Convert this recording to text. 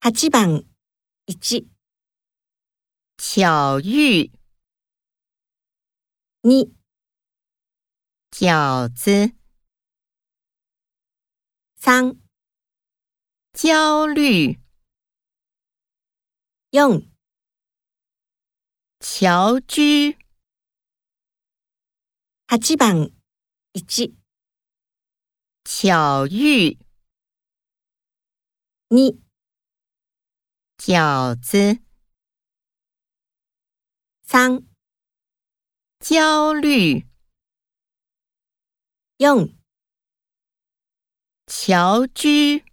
八番1、巧遇、 2、饺子、 3、焦虑、 4、侨居、 8番1、巧遇、 2、饺子、 3、焦虑、 4、侨居。